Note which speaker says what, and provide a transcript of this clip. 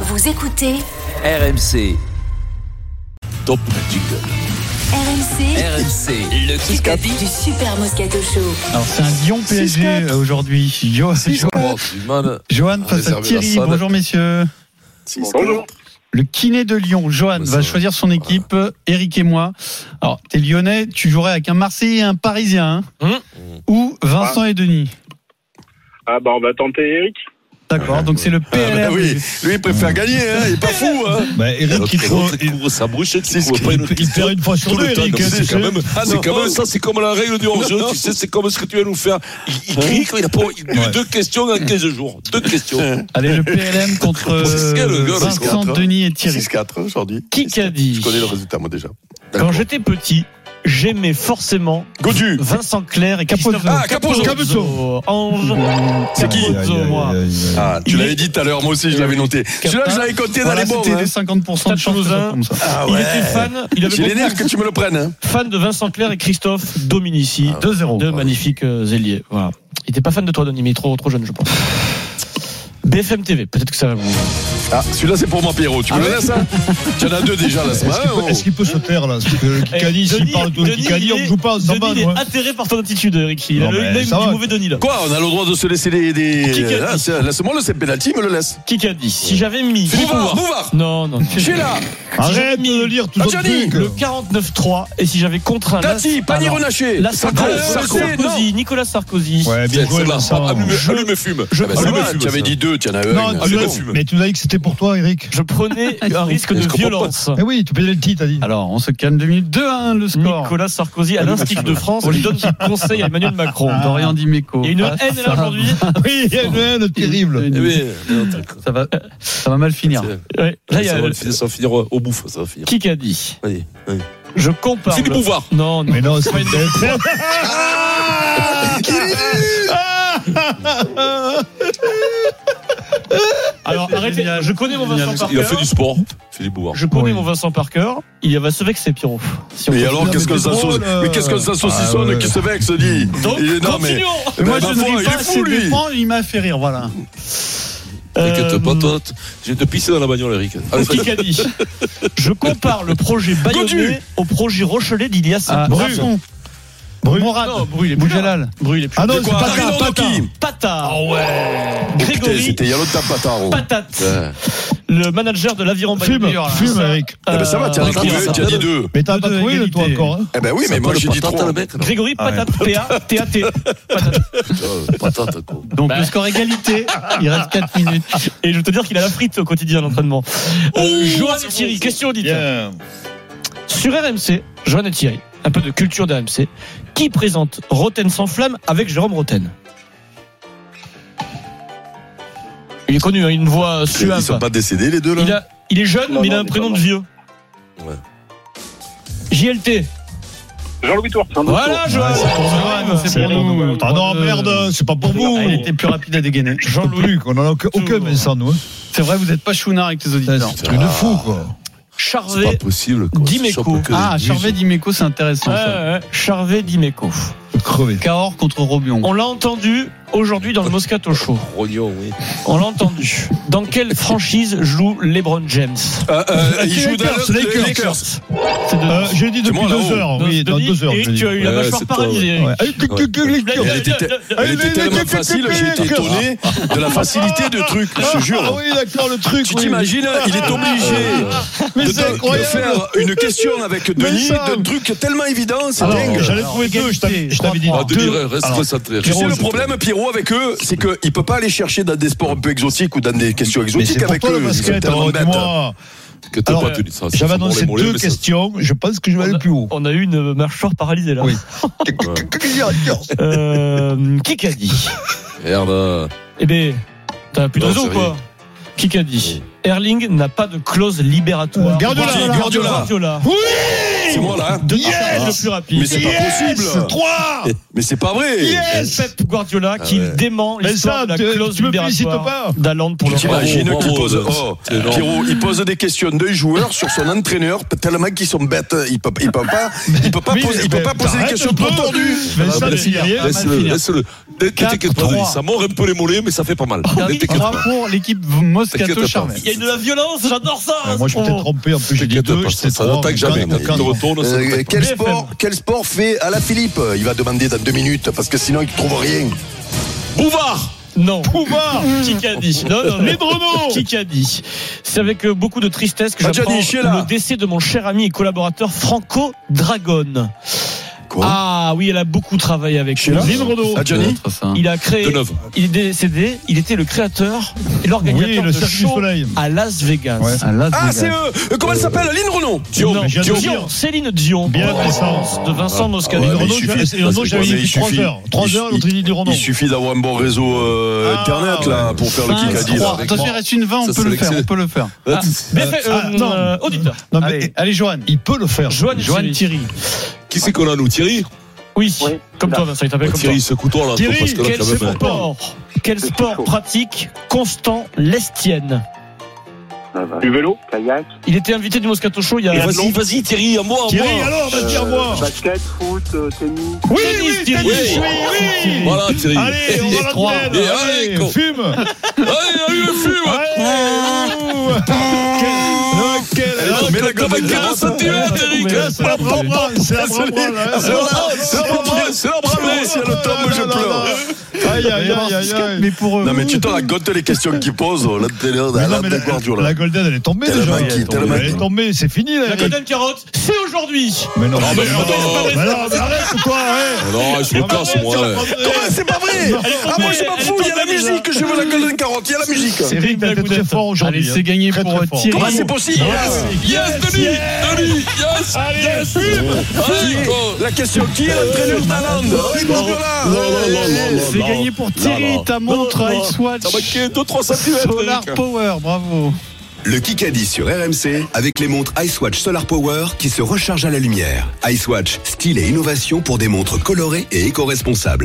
Speaker 1: Vous écoutez
Speaker 2: RMC,
Speaker 3: Top Jingle.
Speaker 1: RMC,
Speaker 2: RMC, le Kikadi.
Speaker 1: du Super Moscato Show.
Speaker 4: Alors c'est un Lyon PSG euh, aujourd'hui. Jo- Jo-
Speaker 3: Oh, Friedman.
Speaker 4: Johan face à
Speaker 3: réservé la
Speaker 4: Thierry.
Speaker 3: salle.
Speaker 4: Bonjour messieurs.
Speaker 3: Bonjour.
Speaker 4: Le kiné de Lyon, Johan,
Speaker 3: Ouais, ça
Speaker 4: va
Speaker 3: va.
Speaker 4: choisir son équipe, euh, Eric et moi. Alors, t'es lyonnais, tu jouerais avec un Marseillais et un Parisien, hein ou Vincent et Denis.
Speaker 5: Ah bah on va tenter Eric.
Speaker 4: D'accord, donc c'est le PLR.
Speaker 6: Ah oui, lui il préfère gagner, hein, il est pas fou. Hein.
Speaker 7: Bah, Eric, il, prend- il-
Speaker 3: sa bouche,
Speaker 7: c'est ce qu'il- il perd une fois sur
Speaker 6: Tout
Speaker 7: deux,
Speaker 6: le temps,
Speaker 7: Eric.
Speaker 6: comme
Speaker 7: hein,
Speaker 6: c'est
Speaker 7: tu
Speaker 6: quand
Speaker 7: sais.
Speaker 6: même, c'est quand même ça, c'est comme la règle du hors-jeu, tu sais, c'est comme ce que tu viens nous faire. Il, il crie qu'il a pas il a eu
Speaker 7: Ouais.
Speaker 6: deux questions en 15 jours. Deux questions.
Speaker 4: Allez, le PLM contre
Speaker 6: C'est ce qu'il y a, le
Speaker 4: euh,
Speaker 6: gars, là, c'est
Speaker 4: Vincent,
Speaker 6: quatre, hein.
Speaker 4: Denis et Thierry.
Speaker 8: 6-4 aujourd'hui.
Speaker 4: Qui qu'a dit
Speaker 8: Je connais le résultat, moi, déjà.
Speaker 9: Quand j'étais petit, j'aimais forcément
Speaker 6: Godu.
Speaker 9: Vincent Clerc et Christophe
Speaker 4: Capozzo.
Speaker 6: Ah, Capozzo.
Speaker 9: Capozzo. Ange.
Speaker 6: C'est qui
Speaker 7: Aïe, aïe,
Speaker 9: Capozzo,
Speaker 7: aïe,
Speaker 9: moi.
Speaker 7: aïe, aïe.
Speaker 6: Ah, tu
Speaker 9: Il
Speaker 6: l'avais
Speaker 9: est-
Speaker 6: dit tout à l'heure, moi aussi je l'avais noté. Celui-là, je l'avais compté dans
Speaker 4: Voilà,
Speaker 6: les bons.
Speaker 4: c'était
Speaker 6: hein.
Speaker 4: des 50% de
Speaker 9: Stade
Speaker 4: chance que ça
Speaker 7: hein.
Speaker 9: Toulousain.
Speaker 4: tombe, ça.
Speaker 6: Ah
Speaker 9: Il
Speaker 6: ouais.
Speaker 9: était fan, il
Speaker 6: J'ai les
Speaker 9: avait
Speaker 6: nerfs que
Speaker 9: beaucoup
Speaker 6: tu me le prennes. hein.
Speaker 9: fan de Vincent Clerc et Christophe Dominici.
Speaker 7: Ah,
Speaker 9: deux
Speaker 4: 2-0.
Speaker 9: deux magnifiques euh, ailiers. Voilà. Il était pas fan de toi, Denis, mais trop, trop jeune, je pense. BFM TV, peut-être que ça va vous.
Speaker 6: Ah, celui-là, c'est pour moi, Pierrot. Tu me le laisses, hein Tu en as deux déjà, là,
Speaker 7: Est-ce
Speaker 6: ce
Speaker 7: qu'il peut- Est-ce
Speaker 6: matin. oh.
Speaker 7: qu'il peut se taire là Parce que le
Speaker 4: Eh,
Speaker 7: Kikadi, s'il parle tout le
Speaker 9: Eh, Denis,
Speaker 7: Kikadi,
Speaker 9: il
Speaker 7: on
Speaker 9: est-
Speaker 7: joue pas, on s'en
Speaker 9: Denis,
Speaker 7: bat.
Speaker 9: il est
Speaker 7: nous, hein.
Speaker 9: atterré par ton attitude, Eric. Il a
Speaker 7: Non,
Speaker 9: le-
Speaker 7: mais
Speaker 9: l'œil du
Speaker 7: ça va.
Speaker 9: mauvais Denis, là.
Speaker 6: Quoi, on a le droit de se laisser des. des...
Speaker 9: Qui qui a
Speaker 6: Là,
Speaker 9: dit
Speaker 6: c'est- Laisse-moi le pénalty, me le laisse.
Speaker 9: Qui qu'a dit Si j'avais mis.
Speaker 6: Bouvard, Bouvard
Speaker 9: Non, non, non.
Speaker 6: Je suis là
Speaker 7: Arrête de lire
Speaker 4: Ah,
Speaker 7: tout autre
Speaker 6: Johnny,
Speaker 7: truc.
Speaker 9: Le 49-3, et si j'avais contraint. Ah,
Speaker 6: Tati, panier renaché
Speaker 9: La
Speaker 6: Sarko,
Speaker 9: Sarko-
Speaker 6: Sarko.
Speaker 9: Sarkozy, Eh Nicolas Sarkozy.
Speaker 7: Ouais, bien
Speaker 6: C'est
Speaker 7: joué,
Speaker 6: c'est là.
Speaker 7: Vincent.
Speaker 6: Allume allume et fume.
Speaker 9: Je-
Speaker 6: Ah ben, ça
Speaker 9: Allume
Speaker 6: va,
Speaker 9: et fume,
Speaker 6: Tu avais
Speaker 7: ça.
Speaker 6: dit deux, tu en as
Speaker 4: Ah,
Speaker 7: Non,
Speaker 6: un.
Speaker 7: tu
Speaker 6: Allume
Speaker 7: l'as-
Speaker 6: et fume.
Speaker 7: mais tu nous as dit que c'était pour toi, Eric.
Speaker 9: Je prenais un risque
Speaker 6: Mais je
Speaker 9: de
Speaker 6: comprends pas.
Speaker 9: violence.
Speaker 7: Eh oui, tu payais le titre, t'as dit.
Speaker 4: Ah. Alors, on se calme deux minutes. 2-1 le
Speaker 7: Eh,
Speaker 4: score.
Speaker 9: Nicolas Sarkozy, à l'instit de France, lui donne des conseils à Emmanuel Macron.
Speaker 4: Dorian Dimeco.
Speaker 9: Il y a une
Speaker 4: Ah,
Speaker 9: haine
Speaker 4: ça
Speaker 9: là
Speaker 4: va.
Speaker 9: aujourd'hui.
Speaker 7: Oui, il y a une haine terrible. Eh
Speaker 4: Une-
Speaker 6: Eh oui, non, t'as-
Speaker 4: Ça va, ça va mal finir.
Speaker 9: Ouais, Là, il y
Speaker 6: ça,
Speaker 9: a
Speaker 6: va le finir, ça va finir au bouffe, ça va finir.
Speaker 9: qui qui a dit
Speaker 6: Vas-y, vas-y.
Speaker 9: Je compare.
Speaker 6: Philippe
Speaker 9: le-
Speaker 6: Bouvard.
Speaker 9: Non, non.
Speaker 7: Mais non, c'est pas une
Speaker 9: Alors arrêtez.
Speaker 4: génial.
Speaker 9: Je connais mon Vincent
Speaker 4: Il
Speaker 9: par
Speaker 6: Il a fait
Speaker 9: cœur.
Speaker 6: du sport, Philippe Bouvard.
Speaker 9: Je connais
Speaker 7: Oui.
Speaker 9: mon Vincent par cœur. Il va se vexer, Pierrot. Si on
Speaker 6: Mais
Speaker 9: continue.
Speaker 6: alors,
Speaker 7: mais
Speaker 6: qu'est-ce que
Speaker 7: t'es
Speaker 6: ça
Speaker 7: drôle,
Speaker 6: sauce-
Speaker 7: euh.
Speaker 6: Mais qu'est-ce que ça
Speaker 7: Ah
Speaker 6: saucissonne
Speaker 7: ouais.
Speaker 6: qui se vexe, dit
Speaker 9: Donc,
Speaker 6: Il est- Euh, non, mais-
Speaker 9: continuons
Speaker 4: Mais moi,
Speaker 6: Eh ben,
Speaker 4: je ne
Speaker 6: parfois,
Speaker 4: ris
Speaker 6: il
Speaker 4: pas,
Speaker 6: est
Speaker 4: c'est
Speaker 6: fou, lui.
Speaker 4: défend, il m'a fait rire, voilà.
Speaker 6: T'inquiète pas,
Speaker 9: Euh,
Speaker 6: toi, t- j'ai te pissé dans la bagnole, Eric. Allez,
Speaker 9: Qui
Speaker 6: Fred.
Speaker 9: qu'a dit Je compare le projet
Speaker 6: Godu.
Speaker 9: bayonnais au projet rochelais d'il y a 5
Speaker 4: Ah, Bru,
Speaker 7: Bru.
Speaker 4: Morad,
Speaker 9: Non, Bru, il est plus
Speaker 4: Boujalal.
Speaker 9: Bruit, il est plus
Speaker 7: Ah non,
Speaker 6: C'est
Speaker 7: c'est
Speaker 6: quoi
Speaker 7: pas
Speaker 6: Arino
Speaker 7: ça, pas ça.
Speaker 6: Doki
Speaker 9: Patard Ah Grégory
Speaker 6: Putain, C'était Yalo de Tapataro.
Speaker 9: Patate,
Speaker 6: Putain.
Speaker 9: le manager de l'aviron Ah,
Speaker 7: Fume,
Speaker 9: bayonnais.
Speaker 7: fume,
Speaker 4: Ah,
Speaker 7: Eric.
Speaker 6: Eh ben, ça va, tu as
Speaker 9: Euh,
Speaker 6: dit
Speaker 9: Grégory
Speaker 6: deux, tu as dit deux.
Speaker 7: Mais t'as pas
Speaker 4: de
Speaker 7: trouvé, toi,
Speaker 4: bah, égalité.
Speaker 7: encore. hein
Speaker 6: Eh ben oui, mais moi, j'ai dit trois.
Speaker 9: Grégory
Speaker 7: Ah ouais.
Speaker 9: Patate, PA, TAT. Patate.
Speaker 6: Putain, Patate, quoi.
Speaker 4: Donc
Speaker 9: Bah.
Speaker 4: le score égalité, il reste 4 minutes.
Speaker 9: Et je veux te dire qu'il a la frite au quotidien à l'entraînement. Euh, Johan et Thierry, question auditeur. Sur RMC, Johan et Thierry, un peu de culture d'RMC, qui présente Roten sans flamme avec Jérôme Roten Il est connu, hein, une voix
Speaker 6: Ils
Speaker 9: suave.
Speaker 6: sont pas décédés, les deux,
Speaker 9: Il,
Speaker 6: là
Speaker 9: a- il est jeune,
Speaker 5: Non,
Speaker 9: mais il
Speaker 5: non,
Speaker 9: a un
Speaker 5: il est
Speaker 9: prénom
Speaker 5: pas
Speaker 9: de vieux.
Speaker 6: Ouais.
Speaker 9: JLT.
Speaker 5: Jean-Louis Tourtin.
Speaker 9: Voilà, Johan.
Speaker 7: Ouais, c'est pour
Speaker 9: Johan,
Speaker 7: C'est pour nous. Ah non, merde, c'est pas pour vous.
Speaker 4: Ah, il était plus rapide à dégainer.
Speaker 7: Jean-Luc, on en a aucun, aucun
Speaker 9: Toujours.
Speaker 7: Vincent, nous. hein.
Speaker 4: C'est vrai, vous n'êtes pas chouinard avec les
Speaker 7: C'est
Speaker 4: auditeurs.
Speaker 7: un truc de fou, quoi.
Speaker 6: C'est pas
Speaker 9: Charvet.
Speaker 6: possible, quoi.
Speaker 9: Dimeco.
Speaker 6: Ça chope Oh, que des
Speaker 4: Ah,
Speaker 6: bises.
Speaker 4: Charvet Dimeco, c'est intéressant ça.
Speaker 9: Ouais, ouais, Charvet Dimeco.
Speaker 7: Crevé.
Speaker 4: Cahors contre Robion.
Speaker 9: On l'a entendu aujourd'hui dans le Moscato Show.
Speaker 6: Rognon, oui.
Speaker 9: On l'a entendu. Dans quelle franchise joue LeBron James
Speaker 6: Euh, euh, il joue dans
Speaker 7: Lakers,
Speaker 6: le-
Speaker 7: Lakers.
Speaker 6: les Lakers.
Speaker 9: C'est de-
Speaker 7: Euh, J'ai dit
Speaker 6: C'est
Speaker 7: depuis
Speaker 6: moi, là-haut.
Speaker 7: deux heures. Oui, dans
Speaker 9: Denis,
Speaker 7: deux heures.
Speaker 9: Eric,
Speaker 7: j'ai dit.
Speaker 9: tu as eu la
Speaker 6: Ouais,
Speaker 9: mâchoire
Speaker 6: c'est
Speaker 9: paralysée. Eric.
Speaker 7: Ouais. Ah, que- que- que- les
Speaker 9: Blague,
Speaker 6: Elle
Speaker 9: blague,
Speaker 6: était,
Speaker 9: blague, blague.
Speaker 6: elle était
Speaker 7: Allez,
Speaker 6: tellement
Speaker 7: allez,
Speaker 6: facile,
Speaker 7: allez,
Speaker 6: j'ai été
Speaker 7: allez,
Speaker 6: étonné de la facilité de truc, je te
Speaker 7: Ah
Speaker 6: jure.
Speaker 7: oui, d'accord, le truc.
Speaker 6: Tu
Speaker 7: oui.
Speaker 6: t'imagines, il est obligé
Speaker 7: Mais
Speaker 6: de,
Speaker 7: c'est
Speaker 6: de
Speaker 7: incroyable.
Speaker 6: faire une question avec Denis
Speaker 7: ça-
Speaker 6: d'un truc tellement évident, c'est
Speaker 7: Ah,
Speaker 6: dingue. Ah,
Speaker 7: J'allais trouver
Speaker 4: égalité,
Speaker 7: deux, je t'avais je
Speaker 4: trois,
Speaker 7: t'avais dit.
Speaker 4: trois.
Speaker 7: deux. Alors,
Speaker 6: concentré. Tu sais, le problème, Pierrot, avec eux, c'est qu'il ne peut pas aller chercher dans des sports un peu exotiques ou dans des questions
Speaker 7: Mais
Speaker 6: exotiques
Speaker 7: c'est pour
Speaker 6: avec
Speaker 7: toi
Speaker 6: eux.
Speaker 7: le
Speaker 6: Ils sont
Speaker 7: basket,
Speaker 6: tellement
Speaker 7: alors
Speaker 6: bêtes.
Speaker 7: dis-moi.
Speaker 3: Que t'as
Speaker 7: Alors,
Speaker 3: pas tenu ça.
Speaker 7: J'avais annoncé
Speaker 3: mollets,
Speaker 7: deux
Speaker 3: mais ça-
Speaker 7: questions, je pense que je vais aller plus haut.
Speaker 9: On a eu une mâchoire paralysée là.
Speaker 7: Oui.
Speaker 9: Euh, qui qu'a dit
Speaker 6: Merde.
Speaker 9: Eh ben, t'as plus de
Speaker 8: Bah,
Speaker 6: Non,
Speaker 9: raison
Speaker 6: sérieux.
Speaker 9: quoi Qui qu'a dit Erling n'a pas de clause libératoire.
Speaker 7: Euh, Guardiola,
Speaker 9: Guardiola.
Speaker 6: Guardiola.
Speaker 9: Guardiola.
Speaker 7: Oui
Speaker 6: c'est moi là. hein.
Speaker 9: de
Speaker 7: Yes
Speaker 9: partage le plus rapide.
Speaker 6: Mais c'est pas possible.
Speaker 7: 3
Speaker 6: Mais c'est pas vrai.
Speaker 9: Yes Pep Guardiola qui
Speaker 6: Ah ouais.
Speaker 9: dément
Speaker 7: Mais
Speaker 9: l'histoire
Speaker 7: ça,
Speaker 9: de la
Speaker 7: tu-
Speaker 9: clause
Speaker 7: tu me félicites
Speaker 9: libératoire
Speaker 7: pas
Speaker 9: d'Hallande pour le
Speaker 8: T'imagines
Speaker 6: Bravo,
Speaker 8: qu'il
Speaker 6: bravo,
Speaker 8: pose.
Speaker 6: bah,
Speaker 8: oh,
Speaker 6: c'est énorme.
Speaker 8: Pierrot, il pose des questions de joueurs sur son entraîneur, tellement qu'ils sont bêtes. Il peut, il peut pas, il peut pas
Speaker 7: Mais-
Speaker 8: poser, il peut
Speaker 7: mais-
Speaker 8: pas poser des
Speaker 7: t'arrêtes
Speaker 8: questions
Speaker 7: un peu.
Speaker 8: trop tordues.
Speaker 7: Mais
Speaker 6: Ah,
Speaker 7: ça,
Speaker 6: bah,
Speaker 7: mais-
Speaker 6: laisse-le,
Speaker 7: hier,
Speaker 6: laisse-le, laisse-le. Ne T'inquiète
Speaker 9: Quatre,
Speaker 6: pas,
Speaker 9: trois.
Speaker 6: ça mord un peu les mollets, mais ça fait pas mal.
Speaker 7: Oh,
Speaker 6: Ne
Speaker 4: Paris,
Speaker 6: t'inquiète
Speaker 4: 3
Speaker 6: pas.
Speaker 4: pour l'équipe
Speaker 6: T'inquiète
Speaker 4: Moscato
Speaker 6: pas.
Speaker 4: Charmel.
Speaker 9: Il y a de la violence, j'adore ça hein,
Speaker 7: Ah, Moi, je suis peut-être trompé. En plus, j'ai dit
Speaker 6: T'inquiète
Speaker 7: deux.
Speaker 6: pas,
Speaker 7: je sais
Speaker 6: ça ça
Speaker 7: trois,
Speaker 6: n'attaque
Speaker 7: mais
Speaker 6: jamais.
Speaker 7: quatre,
Speaker 6: Quand il
Speaker 7: quatre.
Speaker 6: te retourne, ça
Speaker 8: Euh,
Speaker 6: t'attaque pas.
Speaker 8: quel
Speaker 9: BFM.
Speaker 8: sport, quel sport fait à la Philippe Il va demander dans deux minutes parce que sinon il trouve rien.
Speaker 9: Bouvard Non. Bouvard Kikadi. Non, non, non. Les Drenos Kikadi. C'est avec euh, beaucoup de tristesse que
Speaker 8: Ah,
Speaker 9: j'apprends
Speaker 8: Gianni, chez là.
Speaker 9: le décès de mon cher ami et collaborateur Franco Dragone.
Speaker 8: Quoi
Speaker 9: Ah oui, elle a beaucoup travaillé avec
Speaker 8: Chez
Speaker 9: lui.
Speaker 8: là
Speaker 9: Lynn Renaud.
Speaker 8: Ah, Johnny
Speaker 6: Euh,
Speaker 9: Il a créé,
Speaker 6: De neuf.
Speaker 9: il est décédé, il était le créateur et
Speaker 7: Oui,
Speaker 9: l'organisateur
Speaker 7: le
Speaker 9: de
Speaker 7: Cirque du
Speaker 9: show
Speaker 7: Soleil.
Speaker 9: à Las Vegas.
Speaker 7: Ouais.
Speaker 8: Ah, c'est eux. Euh, Comment elle s'appelle Aline Renaud
Speaker 9: Dion,
Speaker 7: mais je viens de
Speaker 9: Dion.
Speaker 7: le dire.
Speaker 9: Céline Dion.
Speaker 7: Bien
Speaker 9: Oh.
Speaker 7: Vincent.
Speaker 9: de Vincent
Speaker 8: Ah ouais,
Speaker 9: Moscato.
Speaker 8: mais il
Speaker 7: Renaud,
Speaker 8: suffit-
Speaker 7: j'avais-
Speaker 8: parce que-
Speaker 7: Renaud, j'avais
Speaker 8: ouais,
Speaker 7: dit
Speaker 8: mais il
Speaker 7: depuis trois
Speaker 8: suffit-
Speaker 7: heures. Trois
Speaker 8: il-
Speaker 7: heures, l'autre, il dit Renaud.
Speaker 8: Il suffit d'avoir un bon réseau euh,
Speaker 7: Ah,
Speaker 8: internet là pour faire le
Speaker 4: Cinq,
Speaker 8: Kikadi.
Speaker 4: trois.
Speaker 8: là.
Speaker 4: Attention, il reste une 20, on
Speaker 6: Ça,
Speaker 4: peut le
Speaker 6: c'est
Speaker 4: faire. On peut le faire.
Speaker 9: Ah, mais fait-
Speaker 7: ah,
Speaker 9: euh,
Speaker 7: non.
Speaker 9: euh, auditeur.
Speaker 7: Non, mais-
Speaker 4: Allez, allez Johan.
Speaker 7: Il peut le faire.
Speaker 9: Joanne,
Speaker 4: Joanne
Speaker 9: Thierry.
Speaker 6: Qui c'est qu'on a, nous Thierry
Speaker 9: Oui,
Speaker 5: Oui,
Speaker 9: comme
Speaker 5: là.
Speaker 9: toi Vincent, il t'appelle comme toi.
Speaker 6: Thierry, ce couteau là.
Speaker 9: Thierry,
Speaker 6: parce que là,
Speaker 9: quel
Speaker 6: quand même,
Speaker 9: sport, quel sport pratique Constant Lestienne
Speaker 5: Du vélo, kayak,
Speaker 9: Il était invité du Moscato Show il y a
Speaker 6: Et Vas-y, vas-y, Thierry, à moi, à
Speaker 7: Thierry,
Speaker 6: moi.
Speaker 7: alors, vas-y, à moi.
Speaker 5: basket, foot, euh, tennis.
Speaker 7: Oui,
Speaker 9: tennis,
Speaker 7: oui,
Speaker 9: Thierry.
Speaker 7: tennis, oui, oui.
Speaker 6: Voilà, Thierry.
Speaker 7: Allez, on va la
Speaker 9: Trois.
Speaker 7: traîne.
Speaker 6: Et allez,
Speaker 7: Allez,
Speaker 6: go.
Speaker 7: fume.
Speaker 6: Allez, allez, le fume Mais la gomme à 40 centimètres, Eric.
Speaker 7: C'est la bravoure, c'est la
Speaker 6: C'est
Speaker 7: bravoure.
Speaker 6: c'est la bravade.
Speaker 8: Si elle tombe, je pleure.
Speaker 7: Aïe, aïe, aïe, aïe, aïe.
Speaker 4: Mais pour eux.
Speaker 8: Non, mais tu te racontes les questions qu'il pose. oh, Là, t'es là,
Speaker 7: Mais
Speaker 8: là,
Speaker 7: Ah non, mais
Speaker 8: t'es
Speaker 7: la,
Speaker 8: Guardiola.
Speaker 7: la Golden, elle est tombée
Speaker 8: Tellement
Speaker 7: déjà.
Speaker 8: qui,
Speaker 7: Elle est
Speaker 8: tellement
Speaker 7: tombée, Elle est
Speaker 8: qui.
Speaker 7: tombée, c'est fini. Là,
Speaker 9: La
Speaker 7: Eric.
Speaker 9: Golden Carotte, c'est aujourd'hui
Speaker 7: Mais
Speaker 4: Ah,
Speaker 7: non, mais
Speaker 6: non, non.
Speaker 7: mais non, mais arrête ou quoi ouais.
Speaker 6: Non, je me casse, moi. ouais.
Speaker 8: Thomas, c'est pas vrai Ah, moi, je m'en
Speaker 9: elle est
Speaker 8: fous, il y a la
Speaker 9: tombée, déjà.
Speaker 8: musique, je veux la Golden Carotte, il y a la musique
Speaker 7: Eric, t'as été très fort aujourd'hui.
Speaker 4: Allez, c'est gagné
Speaker 7: Très,
Speaker 4: pour
Speaker 7: très
Speaker 4: euh,
Speaker 7: fort.
Speaker 4: Thierry.
Speaker 8: Comment c'est possible
Speaker 6: Yes, Denis Denis Yes Yes Allez, go
Speaker 8: La question qui est l'entraîneur d'Alande Oui, Guardiola
Speaker 6: Non, non, non, non, non.
Speaker 4: C'est gagné pour
Speaker 6: Non,
Speaker 4: Thierry,
Speaker 6: non.
Speaker 4: ta montre
Speaker 6: Non, non. Ça
Speaker 4: Icewatch
Speaker 6: manquait 2-3 centimètres.
Speaker 4: Solar
Speaker 6: Eric.
Speaker 4: Power, bravo.
Speaker 10: Le Kikadi sur RMC avec les montres Icewatch Solar Power qui se rechargent à la lumière. Icewatch, style et innovation pour des montres colorées et éco-responsables.